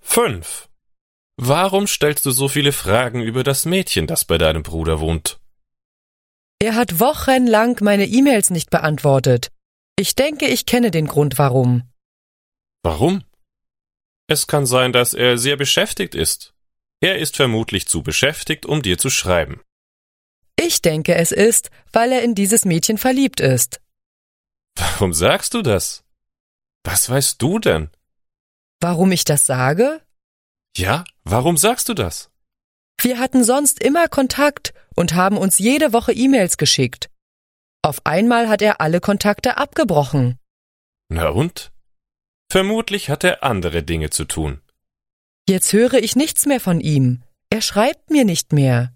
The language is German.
Fünf. Warum stellst du so viele Fragen über das Mädchen, das bei deinem Bruder wohnt? Er hat wochenlang meine E-Mails nicht beantwortet. Ich denke, ich kenne den Grund warum. Warum? Es kann sein, dass er sehr beschäftigt ist. Er ist vermutlich zu beschäftigt, um dir zu schreiben. Ich denke, es ist, weil er in dieses Mädchen verliebt ist. Warum sagst du das? Was weißt du denn? Warum ich das sage? Ja, warum sagst du das? Wir hatten sonst immer Kontakt und haben uns jede Woche E-Mails geschickt. Auf einmal hat er alle Kontakte abgebrochen. Na und? Vermutlich hat er andere Dinge zu tun. Jetzt höre ich nichts mehr von ihm. Er schreibt mir nicht mehr.